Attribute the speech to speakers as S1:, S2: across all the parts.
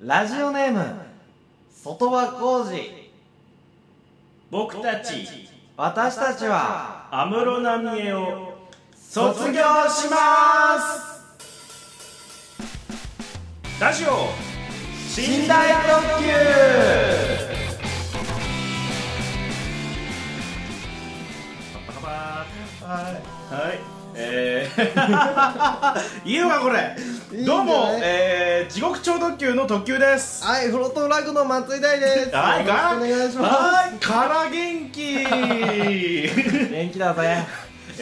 S1: ラジオネーム外場浩二
S2: 僕たち
S1: 私たちは
S2: 安室奈美恵を
S1: 卒業します
S2: ラジオ
S1: 寝台特急
S2: はいえ ー、言うわこれ
S1: いいんじゃない
S2: どうも、えー、地獄超特急の特急です
S1: はいフロントフラッグの松井大です
S2: はい
S1: よろしくお願いしま
S2: はいから元気 え
S1: す元気だぜ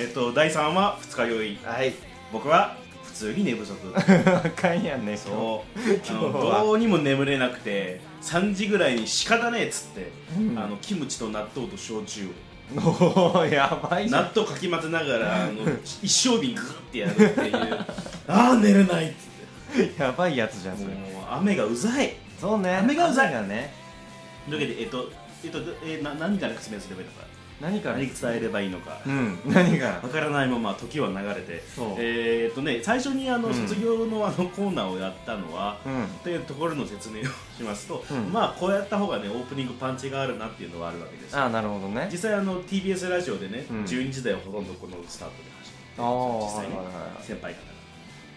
S2: っと第3話二日酔い
S1: はい
S2: 僕は普通に寝不足
S1: あかんやんね
S2: そうあ
S1: 今
S2: の
S1: 日は
S2: どうにも眠れなくて3時ぐらいに仕方ねえっつって、
S1: うん
S2: あのキムチと納豆と焼酎を
S1: おおやばいじゃん
S2: 納豆かき混ぜな がらあの一升瓶グッてやるっていう ああ寝れないっつっ
S1: やばいやつじゃん
S2: て
S1: それ
S2: もう雨がうざい
S1: そうね
S2: 雨がうざい
S1: 雨ね
S2: というわけでえっとえっとえな何から説明すればいいのか
S1: 何から
S2: 何伝えればいいのか
S1: うん何から
S2: わからないまま時は流れて
S1: そう
S2: えーっとね最初にあの、
S1: うん
S2: 卒業のあのコーナーをやったのは、
S1: うん
S2: というところの説明をしますと、
S1: うん
S2: まあこうやった方がねオープニングパンチがあるなっていうのはあるわけです
S1: ああなるほどね
S2: 実際あの TBS ラジオでね、
S1: うん
S2: 12時台はほとんどこのスタートで走って
S1: ああ
S2: 実際ね
S1: はいはいはい
S2: 先輩方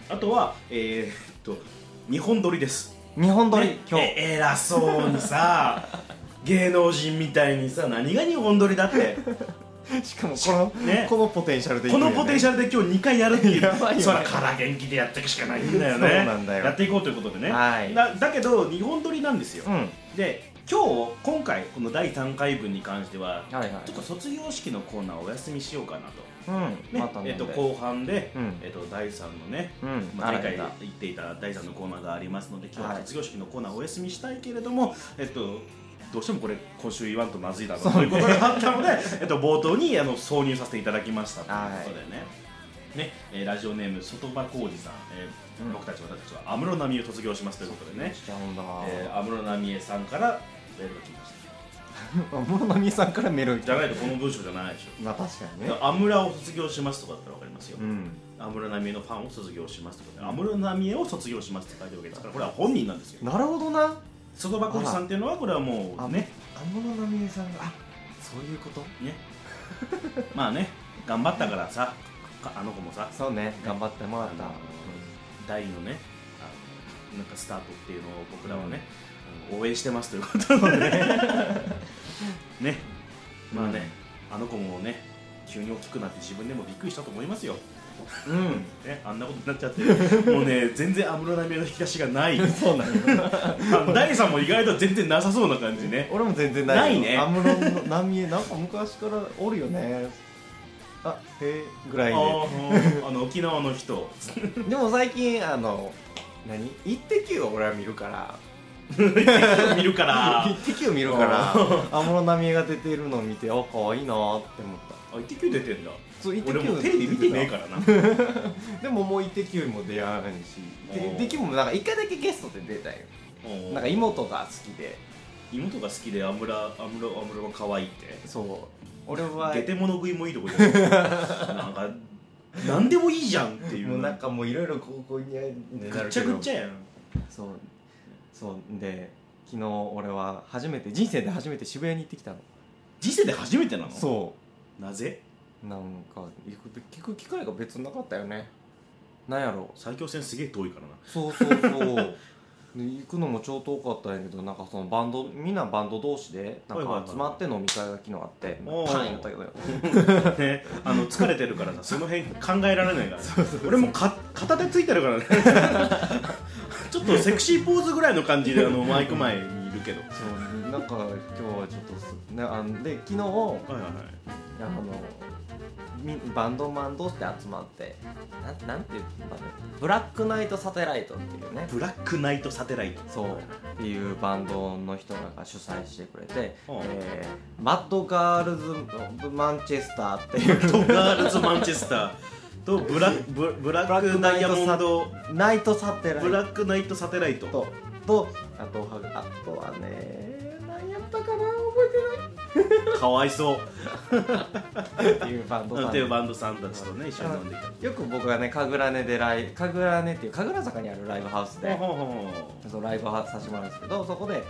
S2: があとはえー、っと日本撮りです
S1: 日本撮り、
S2: ね
S1: 今日
S2: え偉そう にさ芸能人みたいにさ何が日本撮りだ って
S1: しかもこの、
S2: ね
S1: このポテンシャルでいく
S2: こ
S1: よね、
S2: のポテンシャルで今日2回やるっていう
S1: やばいよね
S2: そらから元気でやっていくしかないんだよね
S1: そうなんだよ
S2: やっていこうということでね、
S1: はい
S2: だだけど日本撮りなんですよ、
S1: うん
S2: で今日今回この第3回分に関しては
S1: はいはい
S2: ちょっと卒業式のコーナーをお休みしようかな
S1: う
S2: と、
S1: ん、
S2: ね
S1: また飲んで
S2: えっと後半で、
S1: うん
S2: えっと第3のね
S1: うん
S2: まあ、前
S1: ら
S2: 回
S1: や
S2: 言
S1: だ
S2: っていた第3のコーナーがありますので今日
S1: は
S2: はい卒業式のコーナーお休みしたいけれども、えっとどうしてもこれ今週言わんとまずいだろう
S1: そう
S2: とい
S1: ね
S2: うことがあったので、 えっと、冒頭にあの挿入させていただきましたと
S1: はい
S2: いうことでね,、ねえーラジオネーム外場浩二さん、えー
S1: うん
S2: 僕たち私たちは安室奈美恵を卒業しますということでね
S1: しちゃうんだ、
S2: えー安室奈美恵さんからメールが来ました
S1: 安室奈美恵さんからメールが来
S2: じゃ
S1: た
S2: ないとこの文章じゃないでしょ
S1: まあ確かにね
S2: だから安室を卒業しますとかだったら分かりますよ、
S1: うん
S2: 安室奈美恵のファンを卒業しますとか、安室奈美恵を卒業しますって書いてるわけですから、これは本人なんですよ。
S1: なるほどな
S2: 外場浩二さんっていうのは、これはもうね、
S1: 安室奈美恵さんがあそういうこと
S2: ね、まあね、頑張ったからさ、かあの子もさ、
S1: そうね頑張ってもらっ
S2: あ
S1: た
S2: の大のね、あのなんかスタートっていうのを僕らはね、あの応援してますということ でね、まあね、あの子もね、急に大きくなって自分でもびっくりしたと思いますよ。
S1: うん
S2: ね、あんなことになっちゃってもうね全然安室奈美恵の引き出しがない そうなのダイさんも意外と全然なさそうな感じね
S1: 俺も全然ないよ
S2: ないね
S1: 安室奈美恵なんか昔からおるよねあへえぐら
S2: あ
S1: いで
S2: ーあの沖縄の人
S1: でも最近あの何「イッテ Q!」を俺は見るから
S2: 見る から
S1: 一滴を見るから安室奈美恵が出てるのを見てあ可愛いなーって思った
S2: あ ITQ 出てんだ
S1: そう一滴
S2: 俺
S1: を
S2: もうテレビ見てねえ からなう
S1: でももう一滴よりも出会わないし
S2: お
S1: で
S2: ー
S1: できもなんか一回だけゲストで出たよ
S2: ん
S1: なんか妹が好きで
S2: 妹が好きで安室安室安室が可愛いって
S1: そう俺は
S2: 下手物食いもいいとこ じゃないなんか何でもいいじゃんっていう
S1: もうなんかもういろいろ高校に
S2: ぐっちゃぐっちゃやん
S1: そうそうで昨日俺は初めて人生で初めて渋谷に行ってきたの
S2: 人生で初めてなの
S1: そう
S2: なぜ
S1: うなんか行く聞く機会が別になかったよねなんやろ
S2: 埼京線すげえ遠いからな
S1: そうそうそう で行くのも超遠かったんやけどなんかそのバンドみんなバンド同士でなん
S2: はいはいは
S1: か
S2: い
S1: 集まって飲み会が昨日あって
S2: おー
S1: パンやったけど
S2: ね、あの疲れてるからさその辺考えられないから、ね、俺もか片手ついてるから ねちょっとセクシーポーズぐらいの感じであのマイク前にいるけどは
S1: そうなんか今日はちょっとすねあんで昨日あの
S2: いはいはい
S1: みバンドマン同士で集まってなんなんて言ったのブラックナイトサテライトっていうね
S2: ブラックナイトサテライト
S1: そうっていうバンドの人らが主催してくれて、
S2: うん
S1: えーマッドガールズ・マンチェスターっていう
S2: とガールズマンチェスターとブラブブラックダイヤモンド
S1: ナイトサテライ
S2: ブラックナイトサテライト
S1: トとあとはあとはね何やったかな覚
S2: かわいそう
S1: っていうバンドさん
S2: っていうバンドさんたちとね一緒に飲んでいた
S1: よく僕がね神楽根でライ神楽根っていう神楽坂にあるライブハウスで
S2: ほうほうほう
S1: そのライブはさせてもらうんですけどそこで、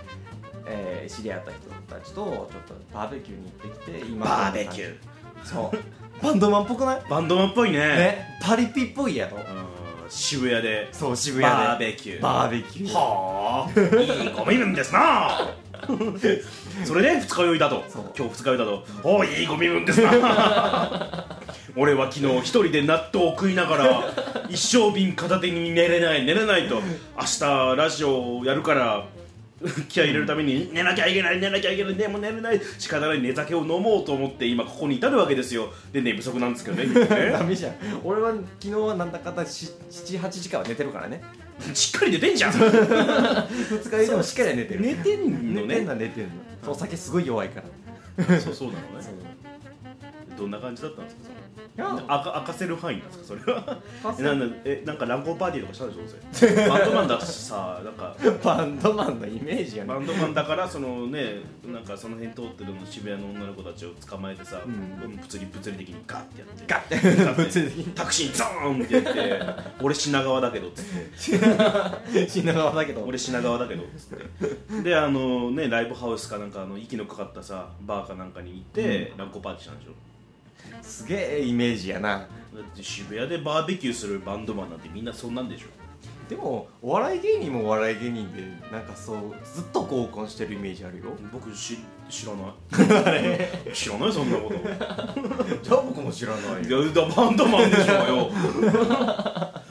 S1: えー知り合った人たちとちょっとバーベキューに行ってきて今
S2: バーベキュ
S1: ー
S2: ー
S1: そうバンドマンっぽくない
S2: バンドマンっぽいね
S1: ねパリピっぽいやろ
S2: うん渋谷で
S1: そう渋谷で
S2: バーベキュー
S1: バーベキュー
S2: はあいい子見るんですなそれで二日酔いだと
S1: そう
S2: 今日二日酔いだとおおいい子見るんですな俺は昨日一人で納豆を食いながら一生瓶片手に寝れない寝れないと明日ラジオをやるから気合い入れるために寝なきゃいけない寝なきゃいけないでも寝れない仕方ない寝酒を飲もうと思って今ここに至るわけですよで寝不足なんですけどね結局 ね
S1: ダメじゃん俺は昨日はなんだかんだ78時間は寝てるからね
S2: しっかり寝てんじゃん
S1: 2日酔いでもしっかりは寝てる
S2: 寝てんの
S1: 寝てん
S2: ね
S1: の寝てんのそうお酒すごい弱いから
S2: そうそうなのね
S1: そう
S2: どんな感じだったんですか
S1: いや
S2: 明か明かせる範囲なんですかそれは
S1: パス
S2: えなんだえなんか乱交パーティーとかしたでしょど うせバンドマンだしさなんか
S1: バンドマンのイメージやね
S2: バンドマンだからそのねなんかその辺通ってるの渋谷の女の子たちを捕まえてさ、
S1: うん
S2: うん物理物理的にガッてやって
S1: ガッて
S2: ガッ
S1: 物理的
S2: タクシーにゾーンってや って俺品川だけどっつって
S1: に品川だけど
S2: 俺品川だけどっつってであのねライブハウスかなんかあの息のかかったさバーかなんかに行って、乱交パーティーしたんでしょ
S1: すげえイメージやな
S2: だって渋谷でバーベキューするバンドマンなんてみんなそんなんでしょ
S1: でもお笑い芸人もお笑い芸人でなんかそうずっと合コンしてるイメージあるよ
S2: 僕し知らない知らないそんなことい
S1: じゃあ僕も知らな
S2: やだバンドマンでしょうよだ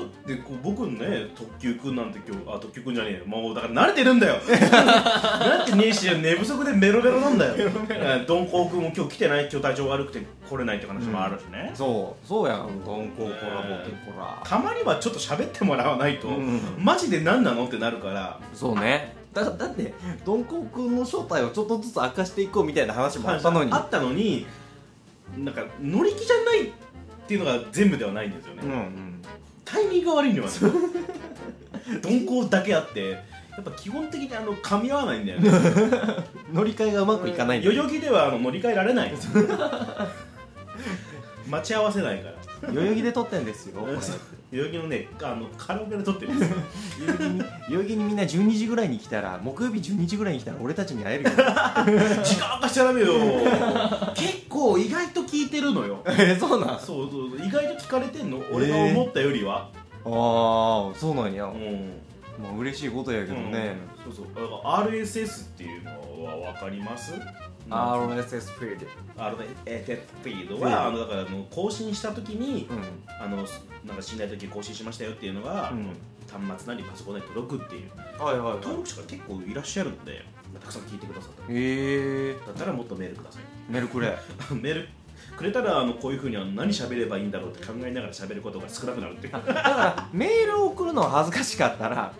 S2: ってこう僕ね特急くんなんて今日あ特急くんじゃねえもうだから慣れてるんだよ慣れてねえし寝不足でメロメロなんだよえドンコウくんも今日来てない今日体調悪くて来れないって話もあるしね、
S1: そうそうやんドンココラボケコラ
S2: たまにはちょっと喋ってもらわないと、
S1: うん
S2: マジで何なのってなるから
S1: そうねだだってドンコ君の正体をちょっとずつ明かしていこうみたいな話もあったのに
S2: あったのになんか乗り気じゃないっていうのが全部ではないんですよね、
S1: うんうん
S2: タイミングが悪いんだよ鈍行だけあってやっぱ基本的にあの噛み合わないんだよね
S1: 乗り換えがうまくいかないんだ
S2: 代
S1: よ
S2: 々木ではあの乗り換えられない 待ち合わせないから
S1: 代々木で撮ってんですよこれ
S2: そう代々木のねあのカラオケで撮ってるんですよ
S1: 代々木に代々木にみんな12時ぐらいに来たら木曜日12時ぐらいに来たら俺たちに会えるよ
S2: 時間明かしちゃダメよ結構意外と聞いてるのよ
S1: えそうなんあ
S2: そうそう意外と聞かれてんの俺が思ったよりは、
S1: あそうなんや、
S2: うん
S1: まあ嬉しいことやけどね、
S2: うん、そうそうだから RSS っていうのは分かります
S1: RSS フィール
S2: RSS フィードはあのだからあの更新した時に
S1: うん
S2: あのなんか信頼時更新しましたよっていうのが、
S1: うん
S2: 端末なりパソコンなり届くっていう
S1: はいはい
S2: 登録者が結構いらっしゃるのでたくさん聞いてくださった
S1: へえ
S2: だったらもっとメールください
S1: メルク レ
S2: メールくれたらあのこういうふうにあの何喋ればいいんだろうって考えながら喋ることが少なくなるっていう
S1: だからメールを送るのは恥ずかしかったら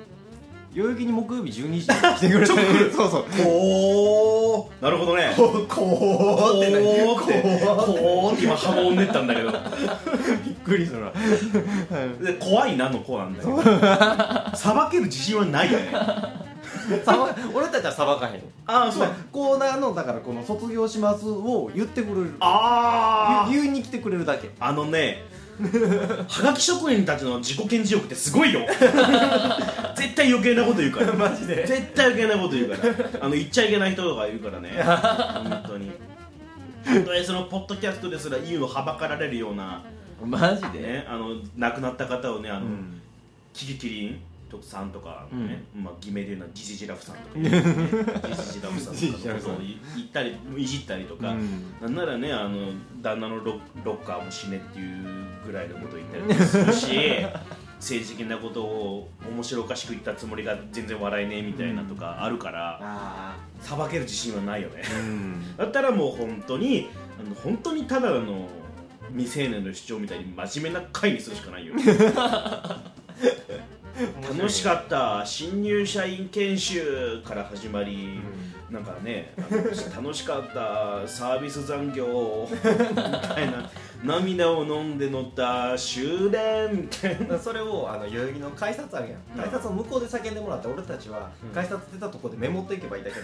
S1: 代々木に木曜日12時に来てくれ
S2: ちょっと来 る
S1: そうそう
S2: おーなるほど ね
S1: ここー
S2: こ
S1: ってな
S2: ーってこーって今波紋でったんだ けど
S1: びっくりす るわ
S2: で怖いなの子なんだ よさばける自信はないよね
S1: さば俺たちはさばかへん
S2: あ
S1: つまりコーナーのだからこの「卒業します」を言ってくれる
S2: あー
S1: 言うに来てくれるだけ
S2: あのねはがき職人たちの自己顕示欲ってすごいよ 絶対余計なこと言うから
S1: マジで
S2: 絶対余計なこと言うからあの言っちゃいけない人とか言うからね本当に本当にそのポッドキャストですら言うのはばかられるような、
S1: マジで
S2: ね、あの亡くなった方をねあ
S1: う
S2: の、
S1: ん
S2: キキキリンさんとかあのね、まあ、偽名で言うのはジジジラフさんとか、ね、ジジジラフさんとかのことを言ったりいじったりとか、
S1: うん
S2: なんならねあの旦那のロロッカーも死ねっていうぐらいのことを言ったりもする し政治的なことを面白おかしく言ったつもりが全然笑えねえみたいなとかあるから
S1: あ
S2: さばける自信はないよね
S1: あうん
S2: だったらもう本当にあの本当にただの未成年の主張みたいに真面目な回にするしかないよ楽し
S1: っ
S2: かった新入社員研修から始まり、なんかねあの楽しかったサービス残業みたいな涙を飲んで乗った終電みたいな
S1: だからそれをあの代々木の改札あるやん
S2: う
S1: 改
S2: ん
S1: 札を向こうで叫んでもらって俺たちは
S2: うん
S1: 改札出たとこでメモっていけばいいだけ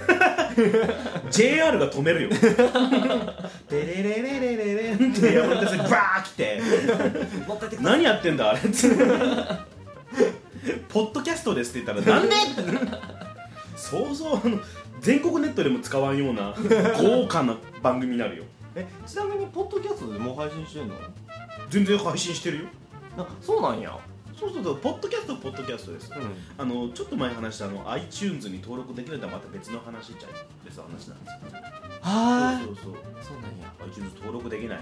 S1: だから
S2: JR が止めるよ
S1: デレレレレレレンって
S2: で山手線バー来て
S1: 持ってってくださ
S2: 何やってんだあれってポッドキャストですって言ったらなんでそうそうあの全国ネットでも使わんような豪華な番組になるよ
S1: いえちなみにポッドキャストでもう配信してんの
S2: 全然配信してるよ
S1: なんかそうなんや
S2: そうそうそうポッドキャストはポッドキャストです
S1: う
S2: あのちょっと前話したあの iTunes に登録できるのはまた別の話っちゃう別の話なんですよ
S1: んは
S2: そうそうそう
S1: いそうなんや
S2: iTunes 登録できない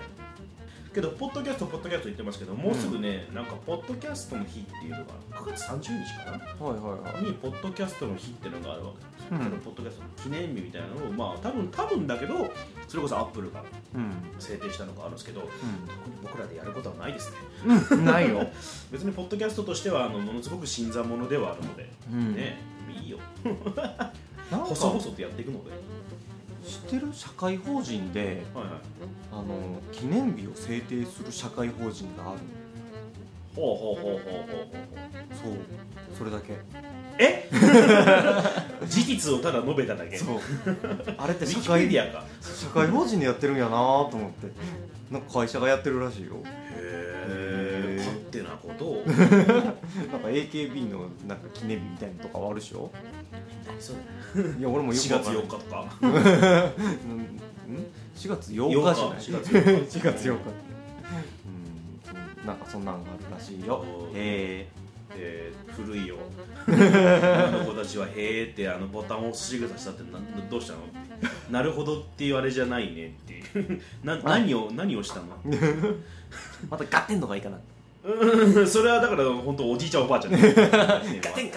S2: けどポッドキャストポッドキャスト言ってますけどもうすぐね、なんかポッドキャストの日っていうのが9月30日かな
S1: はいはいはい
S2: にポッドキャストの日っていうのがあるわけです、
S1: うん
S2: そのポッドキャストの記念日みたいなのをまあ多分多分だけどそれこそアップルが
S1: うん
S2: 制定したのがあるんですけど特に僕らでやることはないですね
S1: うんないよ
S2: 別にポッドキャストとしてはあのものすごく新参者ではあるので、
S1: うん
S2: ねいいよ
S1: なんか
S2: 細々とやっていくので、はい
S1: 知ってる社会法人で
S2: はい、
S1: あの記念日を制定する社会法人がある
S2: ほうほうほうほうほうほうほう
S1: そうそれだけ
S2: え事実をただ述べただけ
S1: そうあれっ
S2: ウ
S1: て
S2: ィ
S1: 社
S2: キペ
S1: 会
S2: ディアか
S1: 社会法人でやってるんやなと思ってなんか会社がやってるらしいよ
S2: へ
S1: へー
S2: え勝手なことを
S1: なんか AKB のなんか記念日みたいなのとかはあるでしょ
S2: そうだ
S1: いや俺もよくわ
S2: 4月
S1: かんない
S2: 4日とか
S1: うんん4月8日じゃない4
S2: 4月
S1: 月
S2: 8
S1: 8
S2: 日
S1: 日うんなんかそんなんがあるらしいよへ
S2: えー古いよ今の子たちは「へーってあのボタンを押す仕草したってなどうしたのなるほどっていうあれじゃないねっていうな何を何をしたの
S1: えまたガテンのがいいかな
S2: うん それはだから本当おじいちゃんおばあちゃん、ね、ガ
S1: ガテンガテン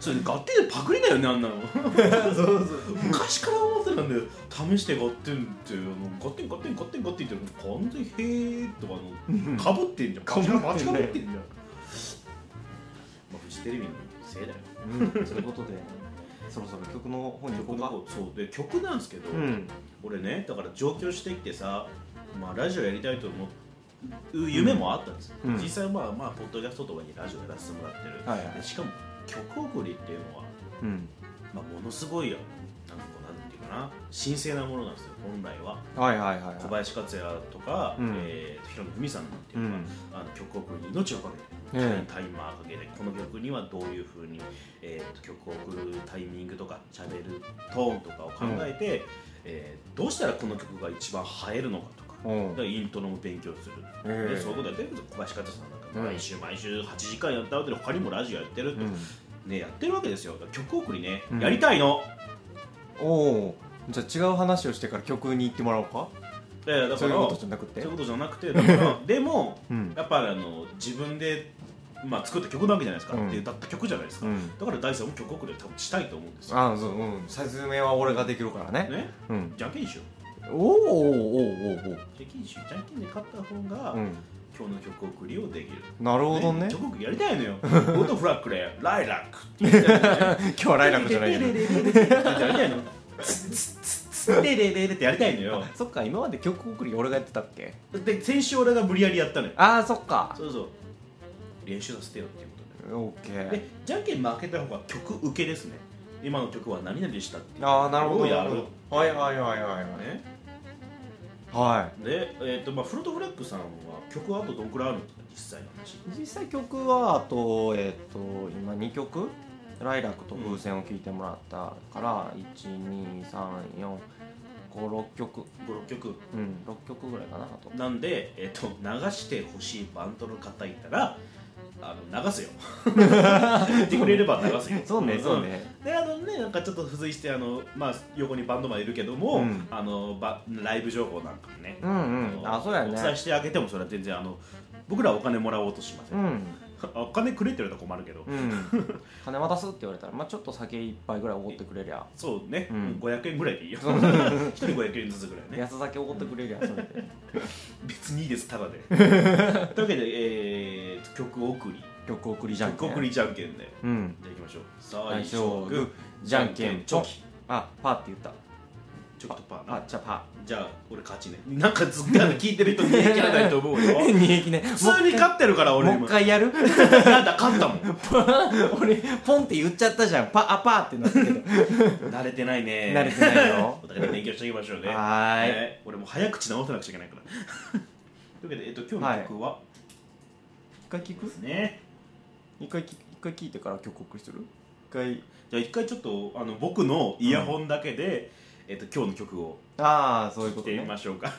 S2: それガッテンでパクリだよねあんなの
S1: そうそう
S2: 昔から思ってたんだよ試してガッテンってあのガッテンガッテンガッテンガッテンって完全に「へーとか
S1: ん
S2: のかぶってんじゃん
S1: 被ってんね
S2: 間違ってんじゃん、まあ、フジテレビのせいだよ
S1: うんそういうことでそろそろ曲の方に行こう
S2: 曲の
S1: か
S2: 方そうで曲なんですけど、
S1: うん
S2: 俺ねだから上京してきてさ、まあ、ラジオやりたいと思う夢もあったんですよ、
S1: うん
S2: 実際まあまあポッドキャストとかにラジオやらせてもらってる、
S1: はいは
S2: で
S1: い
S2: しかも曲送りっていうのは、
S1: うん
S2: まあ、ものすごいよなんかこうなんていうかな神聖なものなんですよ本来は
S1: はいはいはい
S2: 小
S1: は
S2: 林克也とか、
S1: うん
S2: えー、平野文さんなんて
S1: い
S2: いううのは、
S1: ん
S2: あの曲送りに命をかけて、
S1: ええ
S2: タイマーかけてこの曲にはどういうふうに、えー曲を送るタイミングとかしゃべるトーンとかを考えて、えーどうしたらこの曲が一番映えるのか
S1: う
S2: とか。
S1: ん
S2: だからイントロも勉強する、
S1: ええ
S2: でそういうことやってるんですよ小林克也さんなんか
S1: うん
S2: 毎週毎週8時間やった後で他にもラジオやってると、
S1: うん
S2: ねやってるわけですよだから曲送りね、
S1: うん
S2: やりたいの
S1: おおじゃあ違う話をしてから曲に行ってもらおうか
S2: いやいやだか
S1: そう
S2: ら
S1: いうこと
S2: そ
S1: じゃなくて
S2: ういうことじゃなくてだから でも
S1: うん
S2: やっぱりあの自分で、まあ、作った曲なわけじゃないですか、
S1: うん
S2: で歌った曲じゃないですか、
S1: うん
S2: だから第三も曲送りを多分したいと思うんですよ。
S1: あそううん説明は俺ができるからね
S2: ね、
S1: うん
S2: じゃんけんしよ
S1: おーおーおーおーおー
S2: う。じゃんけんしよう。じゃんけんで勝った方が、
S1: うん
S2: 今日の曲送りをできる。
S1: なるほどね
S2: 曲送りやりたいのよ。ゴートフラックでライラックって言いたいのね。
S1: 今日はライラックじゃないけど
S2: けど。やりたいの。ツツツツレレレレってやりたいのよ。
S1: そっか今まで曲送り俺がやってたっけ
S2: で先週俺が無理やりやったのよ。
S1: ああそっか
S2: そうそう。練習させてよっていうこと
S1: オッケ
S2: で。
S1: ー
S2: で、じゃんけん負けた方が曲受けですね。今の曲は何々でしたっていう
S1: ああなるほど
S2: をや
S1: なる
S2: る
S1: ほどはいはいはいはいはい
S2: ね。
S1: は
S2: で、えーとまあ、フルートフラッグさんは曲はあとどんくらいあるんですか実際の話
S1: い実際曲はあとえっ、と今2曲「ライラック」と「風船」を聴いてもらったから、12345曲
S2: 56
S1: う
S2: 曲
S1: ん6曲ぐらいかなあと
S2: なんで、えー、と流してほしいバンドの方いたらあ の流すよ言ってくれれば流すよ
S1: そうねそうね
S2: うんであのねなんかちょっと付随してあの、まあ、横にバンドマンいるけども、
S1: うん
S2: あのばライブ情報なんかもね、
S1: うんうん
S2: の
S1: あそうやね
S2: お伝えしてあげてもそれは全然あの僕らはお金もらおうとしま せ、
S1: うんん
S2: お金くれって言われたら困るけど、
S1: うん金渡すって言われたら、まあ、ちょっと酒一杯ぐらいおごってくれりゃ
S2: そうね、
S1: うん
S2: 500円ぐらいでいいよ 一人500円ずつぐらいね
S1: 安酒おごってくれりゃそれ で
S2: 別にいいですただで というわけで、えー、曲送り
S1: 曲送りじゃんけん
S2: 曲送りじゃんけんで
S1: うん
S2: じゃあいきましょう
S1: 最
S2: 最
S1: 初
S2: 初
S1: グ
S2: グ
S1: ー
S2: ー
S1: じゃんけんチョ
S2: キ
S1: キあパーって言った
S2: チョキとパー
S1: あチャパ
S2: じゃあ俺勝ちねなんかずっとあの聞いてる人見え切らないと思 うよ
S1: 二駅ね
S2: 普通に勝ってるから俺
S1: もう
S2: 今
S1: 一回やる
S2: なんだ勝ったもん
S1: 俺ポンって言っちゃったじゃんパあパーってなったけど
S2: 慣れてないね
S1: 慣れてないよ
S2: お互い勉強していきましょうね
S1: はーい
S2: ね俺も早口直さなくちゃいけないからというわけで、えっと、今日の曲は、
S1: 一回聞く
S2: ですね
S1: 一回き一回聞いてから曲告する一回
S2: じゃあ一回ちょっとあの僕のイヤホンだけで、えっと、今日の曲を
S1: ああそういう
S2: 聴
S1: こと
S2: いてみ
S1: ね
S2: ましょうか、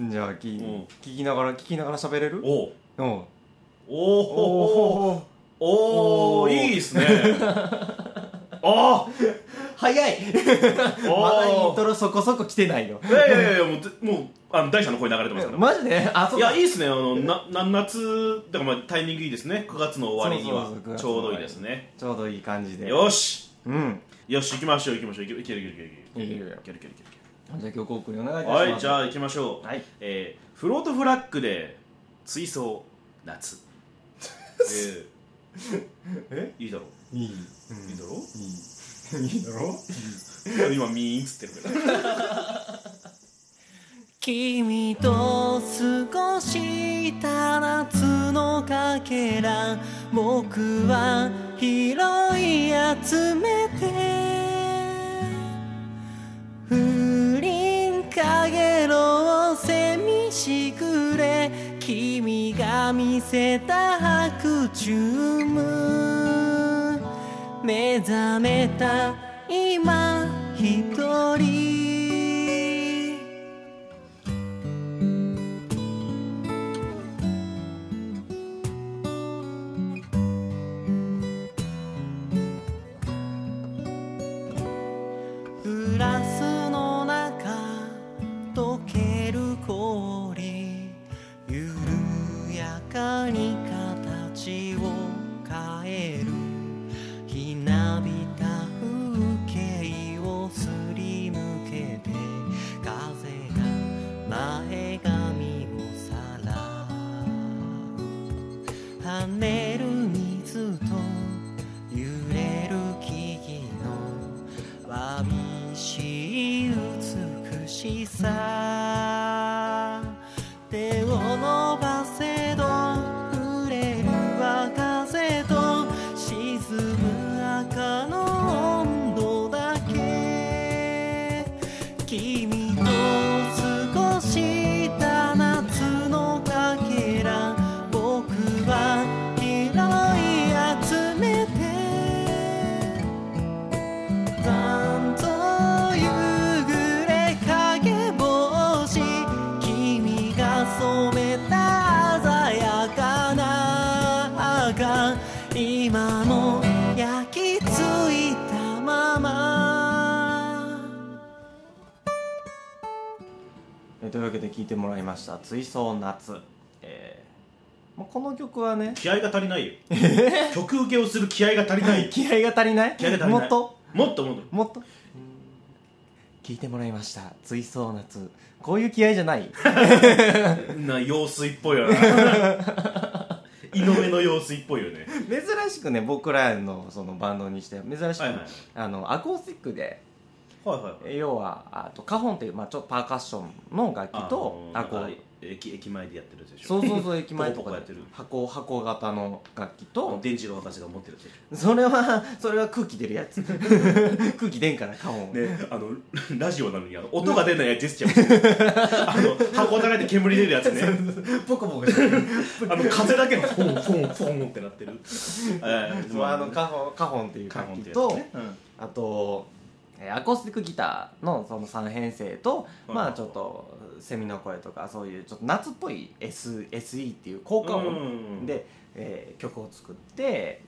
S1: じゃあ聞,、
S2: うん
S1: 聞きながら聞きながら喋れる
S2: おう
S1: おうん
S2: おお
S1: お
S2: お
S1: お
S2: お
S1: ー
S2: い いですねあ
S1: 早い
S2: ー
S1: まだイン
S2: お
S1: トロそこそこ来てないよ
S2: ーいやいやいやいやもうずもうあの大ちゃんの声流れてますから、
S1: マジであそう
S2: いやい
S1: い
S2: いですねあのなな夏だからまあタイミングいいですね9月の終わりには
S1: そうそうそう
S2: ちょうどいいですね
S1: ちょうどいい感じで
S2: よし
S1: うん
S2: よし行きましょう行きましょう行けいけるいけるいける
S1: いけるよ
S2: いけるいけるいける
S1: じゃあ曲送りお願いいたします
S2: はいじゃあ行きましょう、
S1: はい
S2: えーフロートフラッグで追走 夏えーいいだろ
S1: いい、
S2: いいだろ
S1: いいいいだろ
S2: 今ミーンっつってるから
S3: 君と過ごした夏のかけら僕は拾い集めて風鈴かげろう蝉しぐれ君が見せた白昼夢目覚めた今一人グラスの中溶ける氷緩やかに形を変えるひなびた風景をすり抜けて風が前髪をさらう跳ねる水と揺れる木々のわびしい美しさ手を伸ばせど触れるは風と沈む赤の温度だけ君と過ごした夏のかけら僕は拾い集めて残像夕暮れ影帽子君が染めた鮮やかな赤今も焼き付いたまま
S1: えというわけで聴いてもらいました「追走夏」えー、もうこの曲はね
S2: 気合が足りないよ曲受けをする気合が足りないよ
S1: 気合が足りない
S2: 気合が足りない
S1: もっと
S2: もっともっと
S1: もっと聞いてもらいました「追走夏」こういう気合じゃ ない
S2: な用水っぽ いよな井上の用水っぽいよね
S1: 珍しくね僕らのそのバンドにして珍しく、
S2: はいはい
S1: あのアコースティックで
S2: はいはいはい
S1: え要はあとカホンっていう、まあ、ちょっとパーカッションの楽器と
S2: あ
S1: あ
S2: の
S1: こ
S2: なん
S1: う
S2: か駅駅前でやってるやつでし
S1: そ
S2: ょ
S1: うそうそう駅前と
S2: ポコポ
S1: か
S2: コやっ
S1: で
S2: てる
S1: 箱箱型の楽器と
S2: 電池の博士が持ってるやつでし
S1: それはそれは空気出るや つ空気出んからカホン、
S2: ょであのラジオなのにあの音が出ないジェスチャーをしてる あの箱たれて煙出るやつね
S1: ポコポコしてる
S2: あの風だけがフォンフォンフォンってなって る
S1: そうあのカホンカホンっていう
S2: カ
S1: 楽
S2: モンっ
S1: 器
S2: てやつ
S1: と、
S2: ねうん
S1: あとえーアコースティックギターのその3編成と、
S2: はい
S1: まあちょっとセミの声とかそういうちょっと夏っぽい S SE っていう効果音
S2: うん
S1: で、えー曲を作って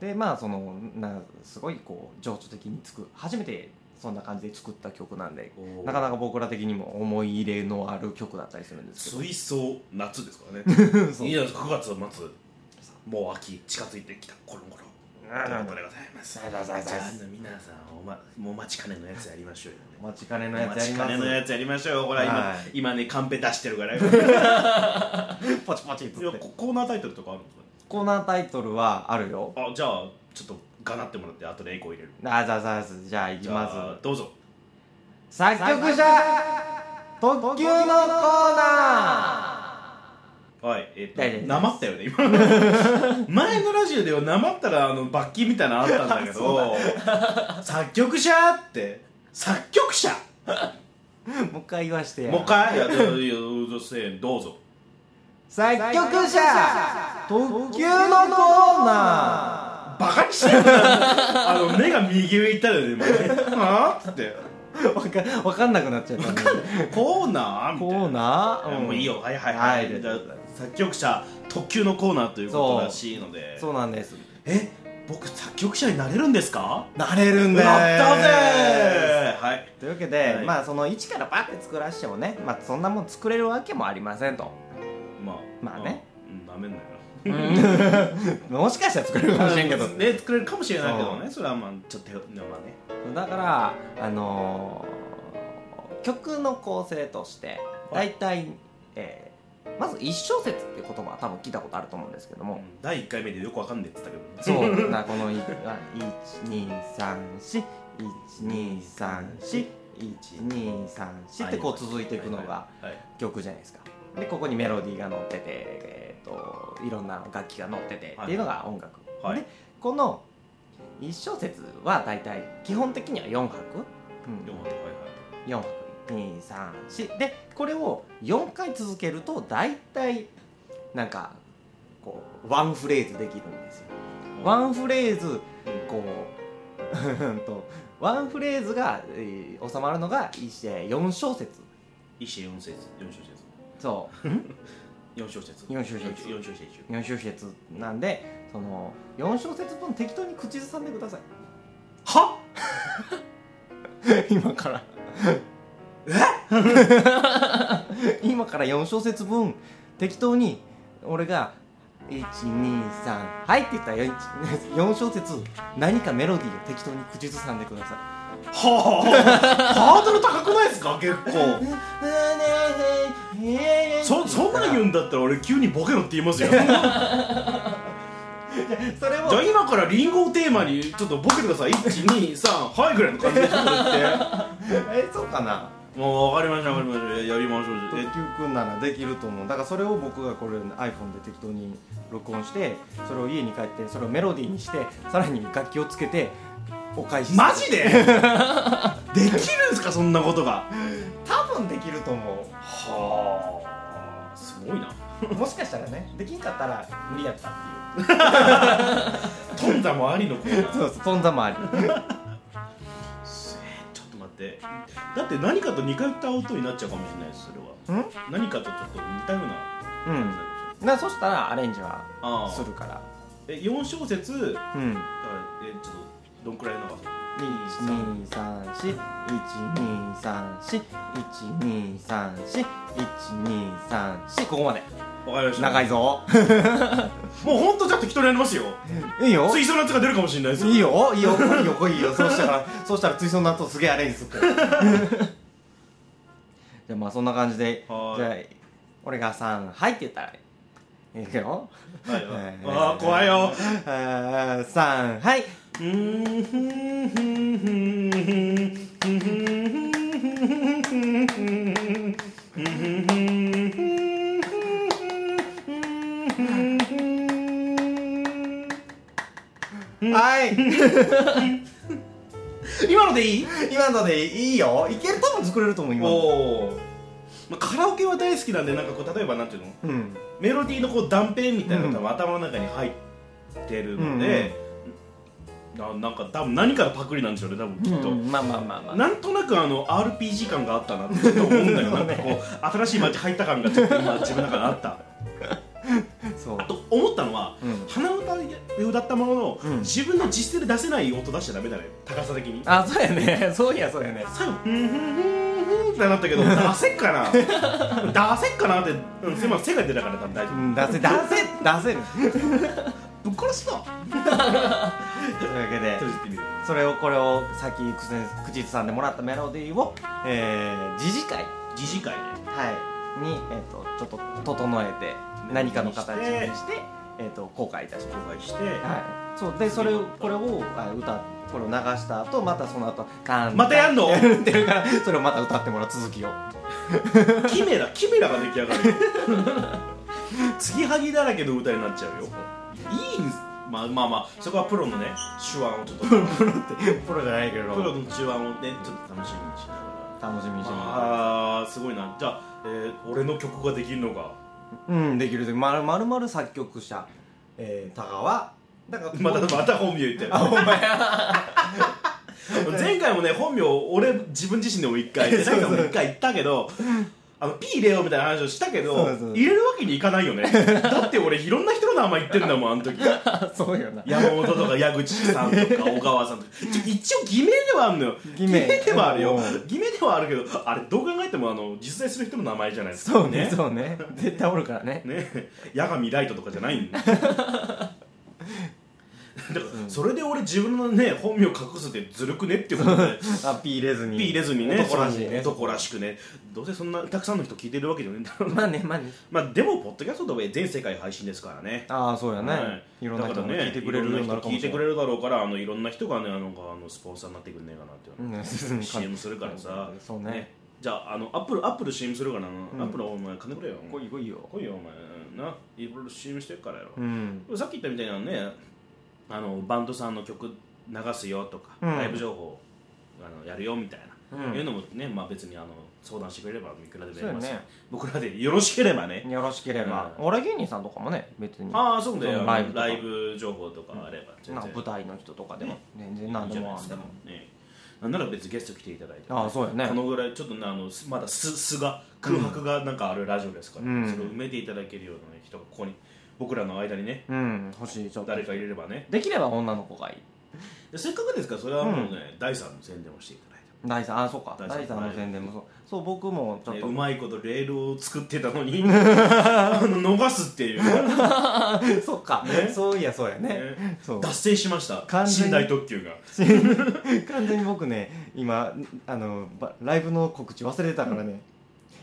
S1: でまあそのなすごいこう情緒的に作る初めてそんな感じで作った曲なんでなかなか僕ら的にも思い入れのある曲だったりするんですけど
S2: 水槽夏ですから ね
S1: そう
S2: いいじゃないですか9月の末もう秋近づいてきたコロコロと いうことでございます
S1: ありがとうございます
S2: じゃあ皆さんお,、ま、もう待ちかねのやつやりましょうよ
S1: お
S2: ね
S1: 待ちかねの
S2: お
S1: やつや
S2: 待
S1: り
S2: ち
S1: ま
S2: かねのや
S1: す
S2: つやりましょうほら今,、
S1: はい
S2: 今ねカンペ出してるからい
S1: ポチポチっつ
S2: や
S1: って
S2: ココーナータイトルとかあるんですか
S1: コーナータイトルはあるよ
S2: ねあじゃあちょっとガナってもらって後でエコー入れる
S1: あざざざじゃあいき
S2: じゃ
S1: ま
S2: あ
S1: す
S2: どうぞ
S1: 作曲者特急のコーナ
S2: はい、えっ、
S1: 大丈夫で
S2: と、
S1: す
S2: なまったよね、今。前のラジオではなまったら、あの、罰金みたいなのあったんだけど、作曲者って、作曲者
S1: ーもう一回言わしてや
S2: もう一回いや、どういやどうせどうぞ。
S1: 作曲者特急のコーナ
S2: バカにしてるあの、目が右上行ったよね、今ね。あーっつって。
S1: ーわかわかんなくなっちゃったね
S2: コーナーみたい
S1: コ
S2: な。
S1: ーナーん
S2: もういいよ、はいはいはい。
S1: はい
S2: じゃあ作曲者特急のコーナーということらしいので。
S1: そうなんです
S2: え、僕作曲者になれるんですか
S1: なれるん
S2: な
S1: だ
S2: っ
S1: よ
S2: たぜーはい。
S1: というわけで、
S2: はい
S1: まあその一からパッて作らしてもね、まあ、そんなもん作れるわけもありませんと
S2: まあ、
S1: まあね。
S2: うん、なめんなよ。
S1: もしかしたら作れるかもしれんけど
S2: ね、作れるかもしれないけどね、それはまあ、ちょっと、まあね。
S1: だからあのー曲の構成として
S2: は
S1: 大体、えーまず一小節っていう言葉は多分聞いたことあると思うんですけども、
S2: うん第1回目でよくわかんねえって言っ たけど。
S1: そうなこの123412341234ってこう続いていくのが
S2: はい。はい
S1: 曲じゃないですかでここにメロディーが乗ってて、えー、といろんな楽器が乗っててっていうのが音楽、
S2: はい
S1: でこの1小節は大体基本的には4拍、
S2: よか
S1: う
S2: ったはい
S1: ん、4拍234でこれを4回続けると大体なんかこうワンフレーズできるんですよ
S2: はい。
S1: ワ
S2: ン、
S1: ンフレーズこううん とワンフレーズが、えー収まるのが4小節
S2: 一子四節、四小節。
S1: そう
S2: 四小節。
S1: 四小節
S2: 四小節。
S1: 4小節なんでその4小節分適当に口ずさんでください
S2: は
S1: 今からえ 今から4小節分適当に俺が123はいって言った ら4小節何かメロディーを適当に口ずさんでください
S2: はあ、ハードル高くないですか結構。 そ、そんなん言うんだったら俺急にボケろって言 いますよ。じゃ
S1: それを
S2: あ今からリンゴをテーマにちょっとボケてください。1、2、3、はいぐらいの感じでちょっと言って。
S1: えそうかな
S2: もうわかりましたわかりましたやりましょう
S1: 特
S2: え
S1: 急くんならできると思うだからそれを僕がこれ iPhone で適当に録音してそれを家に帰ってそれをメロディーにしてさらに楽器をつけてお返しする
S2: マジでできるんですかそんなことが
S1: 多分できると思
S2: はあすごいな
S1: うもしかしたらねできんかったら無理やったってい
S2: とんだもありの子だな
S1: うそうそうそんざもあり
S2: ちょっと待ってだって何かと似通った音になっちゃうかもしれないですそれは
S1: ん
S2: 何かとちょっと似たよう
S1: う
S2: な
S1: んなそしたらアレンジは
S2: あ
S1: す
S2: あ
S1: るから
S2: え4小節だか
S1: うん
S2: らえちょっとどんくらいの長さ
S1: 123412341234123ここまで
S2: わかりました
S1: 長いぞ
S2: もうほんとちょっと人になりますよ
S1: いいよ
S2: 水槽のやつが出るかもしれないですよ
S1: いいよいいよ来いよ来いよそうしたらそうしたら追走の後すげえアレンジするからじゃあまあそんな感じでじゃ
S2: は
S1: あ
S2: ーい
S1: 俺が3「はい」って言ったらいくよ
S2: はいはい
S1: えー
S2: ああ怖いよ
S1: あー3「はい」
S2: うーんふんふんふんふんふんふんふんふんふん
S1: はい
S2: 今のでいい
S1: 今のでいいよいける多分作れると思う今の
S2: おーまあカラオケは大好きなんでなんかこう例えばなんていうの
S1: うん
S2: メロディーのこう断片みたいなのが頭の中に入ってるので、ななんか多分何かのパクリなんでしょうね多分きっと、
S1: うんまあまあまあまあ
S2: なんとなくあの RPG 感があったなってちょっと思うんだけど、なんかこう新しい街入った感がちょっと今自分の中であった
S1: そう
S2: あと思ったのは、
S1: うん
S2: 鼻歌で歌ったものの、
S1: うん
S2: 自分の実践で出せない音出しちゃダメだね高さ的に
S1: あそうやねそういやそうやね
S2: 最後「うんうんうんうん」ってなった けど出せっかな出せっかなって、うん、すいません背が出たから多分大丈
S1: う
S2: 夫、
S1: ん出せ出せ出せる
S2: ぶっ殺すぞ
S1: というわけで
S2: 閉じてみる
S1: それをこれをさっき口ず口ずさんでもらったメロディーを、えー、自治会、
S2: 疑似会ね
S1: はい、に、えー、とちょっと整えて何かの形にしてえー、と公開いたします
S2: 公開して、
S1: はい、そうでそれをこれをあ歌これを流した後またその後カン
S2: またやんの
S1: カンってやってるからそれをまた歌ってもらう続きを
S2: キメラキメラが出来上が るよ継ぎはぎだらけの歌になっちゃうよいいんすまあまあまあそこはプロのね手腕をちょっとプ
S1: プロってプロじゃないけど
S2: ロの手腕をねちょっと楽しみにしながら
S1: 楽しみにしてま
S2: あーすごいなじゃあ、えー俺の曲ができるのか
S1: すうんできるでまるまるまる作曲者、えー、田川だから
S2: またまた本名言ってる
S1: あほんまや
S2: 前回もね本名俺自分自身でも一回で
S1: そうそう
S2: 何回も一回言ったけどあの P 入れようみたいな話をしたけど
S1: そうそう
S2: 入れるわけにいかないよねだって俺いろんな人の名前言ってんだもんあの時
S1: そうよな
S2: 山本とか矢口さ んとか小川さんとかちょ一応偽名ではあるのよ
S1: 偽名
S2: ではあるよ
S1: うん
S2: 偽名ではあるけどあれどう考えてもあの実在する人の名前じゃないですか
S1: そうねそうね絶対おるからね
S2: ね矢神ライトとかじゃない んだだからそれで俺自分のね本名隠すってずるくねってことで
S1: あ P 入れずに
S2: P 入れずにね
S1: 男らしいね
S2: そう男らしくねどうせそんなたくさんの人聞いてるわけじゃないんだろう な
S1: まあねまあね
S2: まあでもポッドキャストとはいえ全世界配信ですからね
S1: ああそうやね、、
S2: はい
S1: ろんな人
S2: だ
S1: が
S2: からね
S1: 聞いてくれるようになるかもし
S2: いろんな人聞いて
S1: れ
S2: く
S1: ない
S2: れるだろうからあのいろんな人がねあのあのスポンサーになってくんねえかなっていうの、
S1: うん
S2: CM するからさ
S1: そうね
S2: じゃああのアップルアップル CM するからな、
S1: うん
S2: アップルお前金くれよ
S1: 来い来いよ
S2: 来いよお前ないろいろ CM してるからやろ、
S1: うん
S2: さっき言ったみたいなねあのバンドさんの曲流すよとか、
S1: うん
S2: ライブ情報あのやるよみたいな、
S1: うん
S2: いうのもね、まあ、別にあの相談してくれればいくらでもやります
S1: そう
S2: よ、
S1: よね
S2: 僕らでよろしければね、
S1: よろしければ、
S2: う
S1: お笑い芸人さんとかもね別に
S2: ああそうだ
S1: そ
S2: よ
S1: のラ
S2: ラ
S1: イ
S2: イ
S1: ブとか
S2: ブライブ情報とかあれば全
S1: なんか
S2: 然
S1: 舞台の人とかでも
S2: ね
S1: 全然何
S2: いい
S1: で
S2: じゃ
S1: も
S2: ないで
S1: あん
S2: す
S1: で
S2: か
S1: も
S2: ねなんなら別にゲスト来ていただいて、
S1: ああそうやね
S2: このぐらいちょっとねあのすまだ素素が空白がなんかあるラジオですから、
S1: うん
S2: それを埋めていただけるような、ね、人がここに僕らの間にね
S1: うん欲しいちょっと
S2: 誰か入れればね
S1: できれば女の子がいい
S2: でせっかくですからそれはもうね、第三の宣伝をしていただいて
S1: 第三あそうか
S2: 第三
S1: 第三の宣伝もそうそう僕もちょっ
S2: ね
S1: と、
S2: うまいことレールを作ってたの にあの逃すっていう、ね、
S1: そっか、
S2: ね
S1: そういやそうやねそう
S2: 脱線しました
S1: 完全
S2: 寝
S1: に
S2: 台特急が
S1: 完全に僕ね今あのばライブの告知忘れてたからね、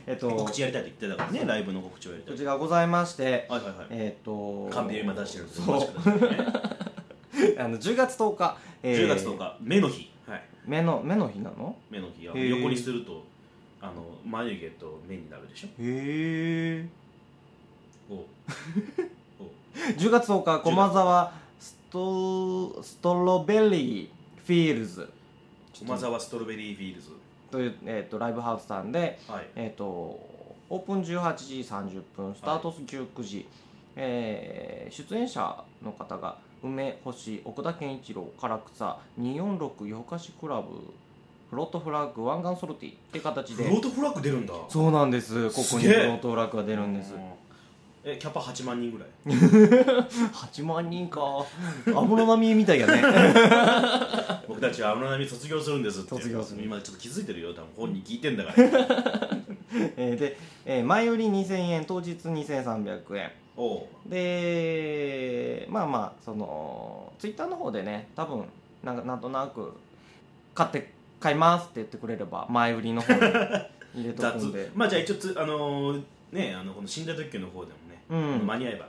S1: えっと
S2: 告知やりたいって言ってたからねライブの告知をやりたい
S1: 告知がございまして
S2: はいはいはい
S1: えっと
S2: カンペを今出してるんです
S1: そうあの10月10日、 え
S2: 10月10日目の日はい
S1: 目の目の日なの
S2: 目の日あ
S1: へ
S2: の
S1: ー
S2: 横にするとあの眉毛と目になるでしょ
S1: へえ
S2: おお
S1: 10月10日駒沢ストストロベリーフィールズ
S2: 駒沢ストロベリーフィールズ
S1: という、えー、とライブハウスさんで、
S2: はい
S1: えー、とオープン18時30分スタート19時、えー出演者の方が梅星奥田健一郎唐草246夜更かしクラブフロットフラッグ湾岸ソルティって形
S2: フ
S1: で
S2: ロートフラッグ出るんだ
S1: そうなんですここ
S2: す
S1: に
S2: げ
S1: フ
S2: え
S1: ロートフラッグが出るんです
S2: えキャパ8万人ぐらい
S1: 8万人か 安室奈美恵みたいやね
S2: 僕たちは安室奈美卒業するんですって
S1: 卒業する
S2: 今ちょっと気づいてるよ多分本人聞いてんだから
S1: えーで、えー前売り2000円当日2300円
S2: おう
S1: でまあまあそのツイッターの方でね多分なんかなんとなく買って買いますって言ってくれれば前売りの方に入れと
S2: 雑
S1: くんで
S2: まあじゃあ一応つあのーねあのこの寝台特急の方でもね、
S1: うん
S2: 間に合えば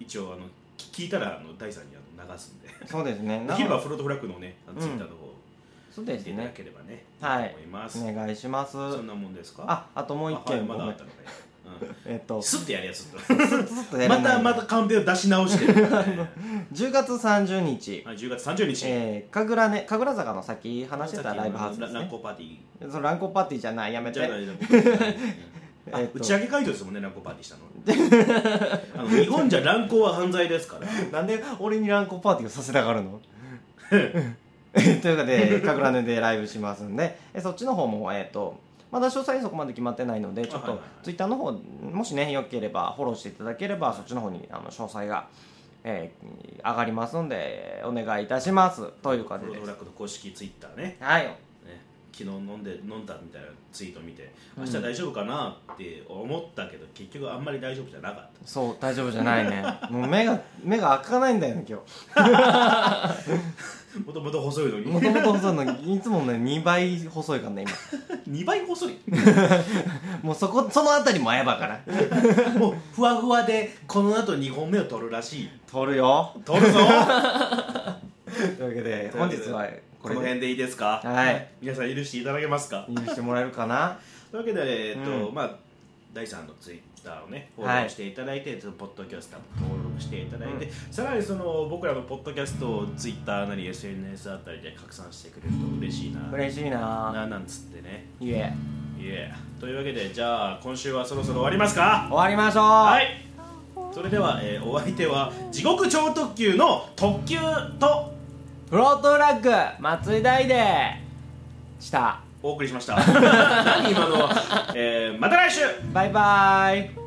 S2: 一応あのき聞いたらあの第三にあの流すんで
S1: そうですね
S2: できれば
S1: な
S2: フロートフラッグのねあの
S1: うん
S2: ツイッターの方
S1: そうで
S2: 見
S1: す
S2: ていただ
S1: ね
S2: ければね、
S1: はい
S2: いいと思います、
S1: お願いします
S2: そんなもんですか
S1: ああともう一
S2: あはい
S1: 件
S2: ま
S1: ご
S2: だ
S1: め
S2: あっ
S1: ん
S2: たのかよ、
S1: えっ
S2: う
S1: と
S2: ん、スッてやるやつ
S1: ずっとやら
S2: ま
S1: ない
S2: たまたカンペを出し 直してる、ね、
S1: 10月30日
S2: はい10月30日、
S1: えー神楽ね神楽坂のさっき話して
S2: さったき
S1: ライブハウスです
S2: ラン
S1: ね
S2: コパーティー
S1: その乱交パーティーじゃないやめ
S2: じ
S1: て
S2: ゃあ
S1: う
S2: 大丈夫 あ
S1: えっと
S2: 打ち上げ会場ですもんね、乱交パーティーした の。あの日本じゃ乱交は犯罪ですから。
S1: なんで俺に乱交パーティーをさせたがるの というかで、神楽根でライブしますんで、えそっちの方も、えっ、と、まだ詳細そこまで決まってないので、ちょっ
S2: あはい
S1: と
S2: はいはい
S1: ツイッターの方、もしね、よければ、フォローしていただければ、そっちの方にあの詳細が、えー上がりますので、お願いいたします。という感じ
S2: プロ
S1: で
S2: ト
S1: す
S2: ラッ。クの公式ツイッターね。
S1: はい。
S2: ね昨日飲んで飲んだみたいなツイート見て明日
S1: うん
S2: 大丈夫かなって思ったけど、結局あんまり大丈夫じゃなかっ
S1: そう大丈夫じゃないね もう目が目が開かないんだよね今日
S2: た もともと細いの
S1: も
S2: に
S1: ともと細いのにいつもね2倍細いからね
S2: 2倍 細い
S1: 今もうそこその辺りもあやば から
S2: もうふわふわでこの後2本目を取るらしい
S1: 取るよ
S2: 取 るぞ
S1: というわけで本日はこ
S2: こ
S1: れ
S2: の
S1: で
S2: 辺でいいですか
S1: はい
S2: 皆さん許していただけますか
S1: 許してもらえるかな
S2: というわけで、えっと
S1: うん
S2: まあ、第3のツイッターをね、フォロ
S1: はい
S2: ーしていただいて、そのポッドキャスターも登録していただいて、
S1: う
S2: さらにその僕らのポッドキャストをツイッターなり SNS あたりで拡散してくれると嬉しいな、
S1: 嬉しいな
S2: ななんつってね。
S1: いえ
S2: いえというわけで、じゃあ今週はそろそろ終わりますか
S1: 終わりましょう
S2: はいそれでは、えーお相手は地獄超特急の特急と
S1: フロートラッグ松井大でした
S2: お送りしました何今のは、えーまた来週
S1: バイバイ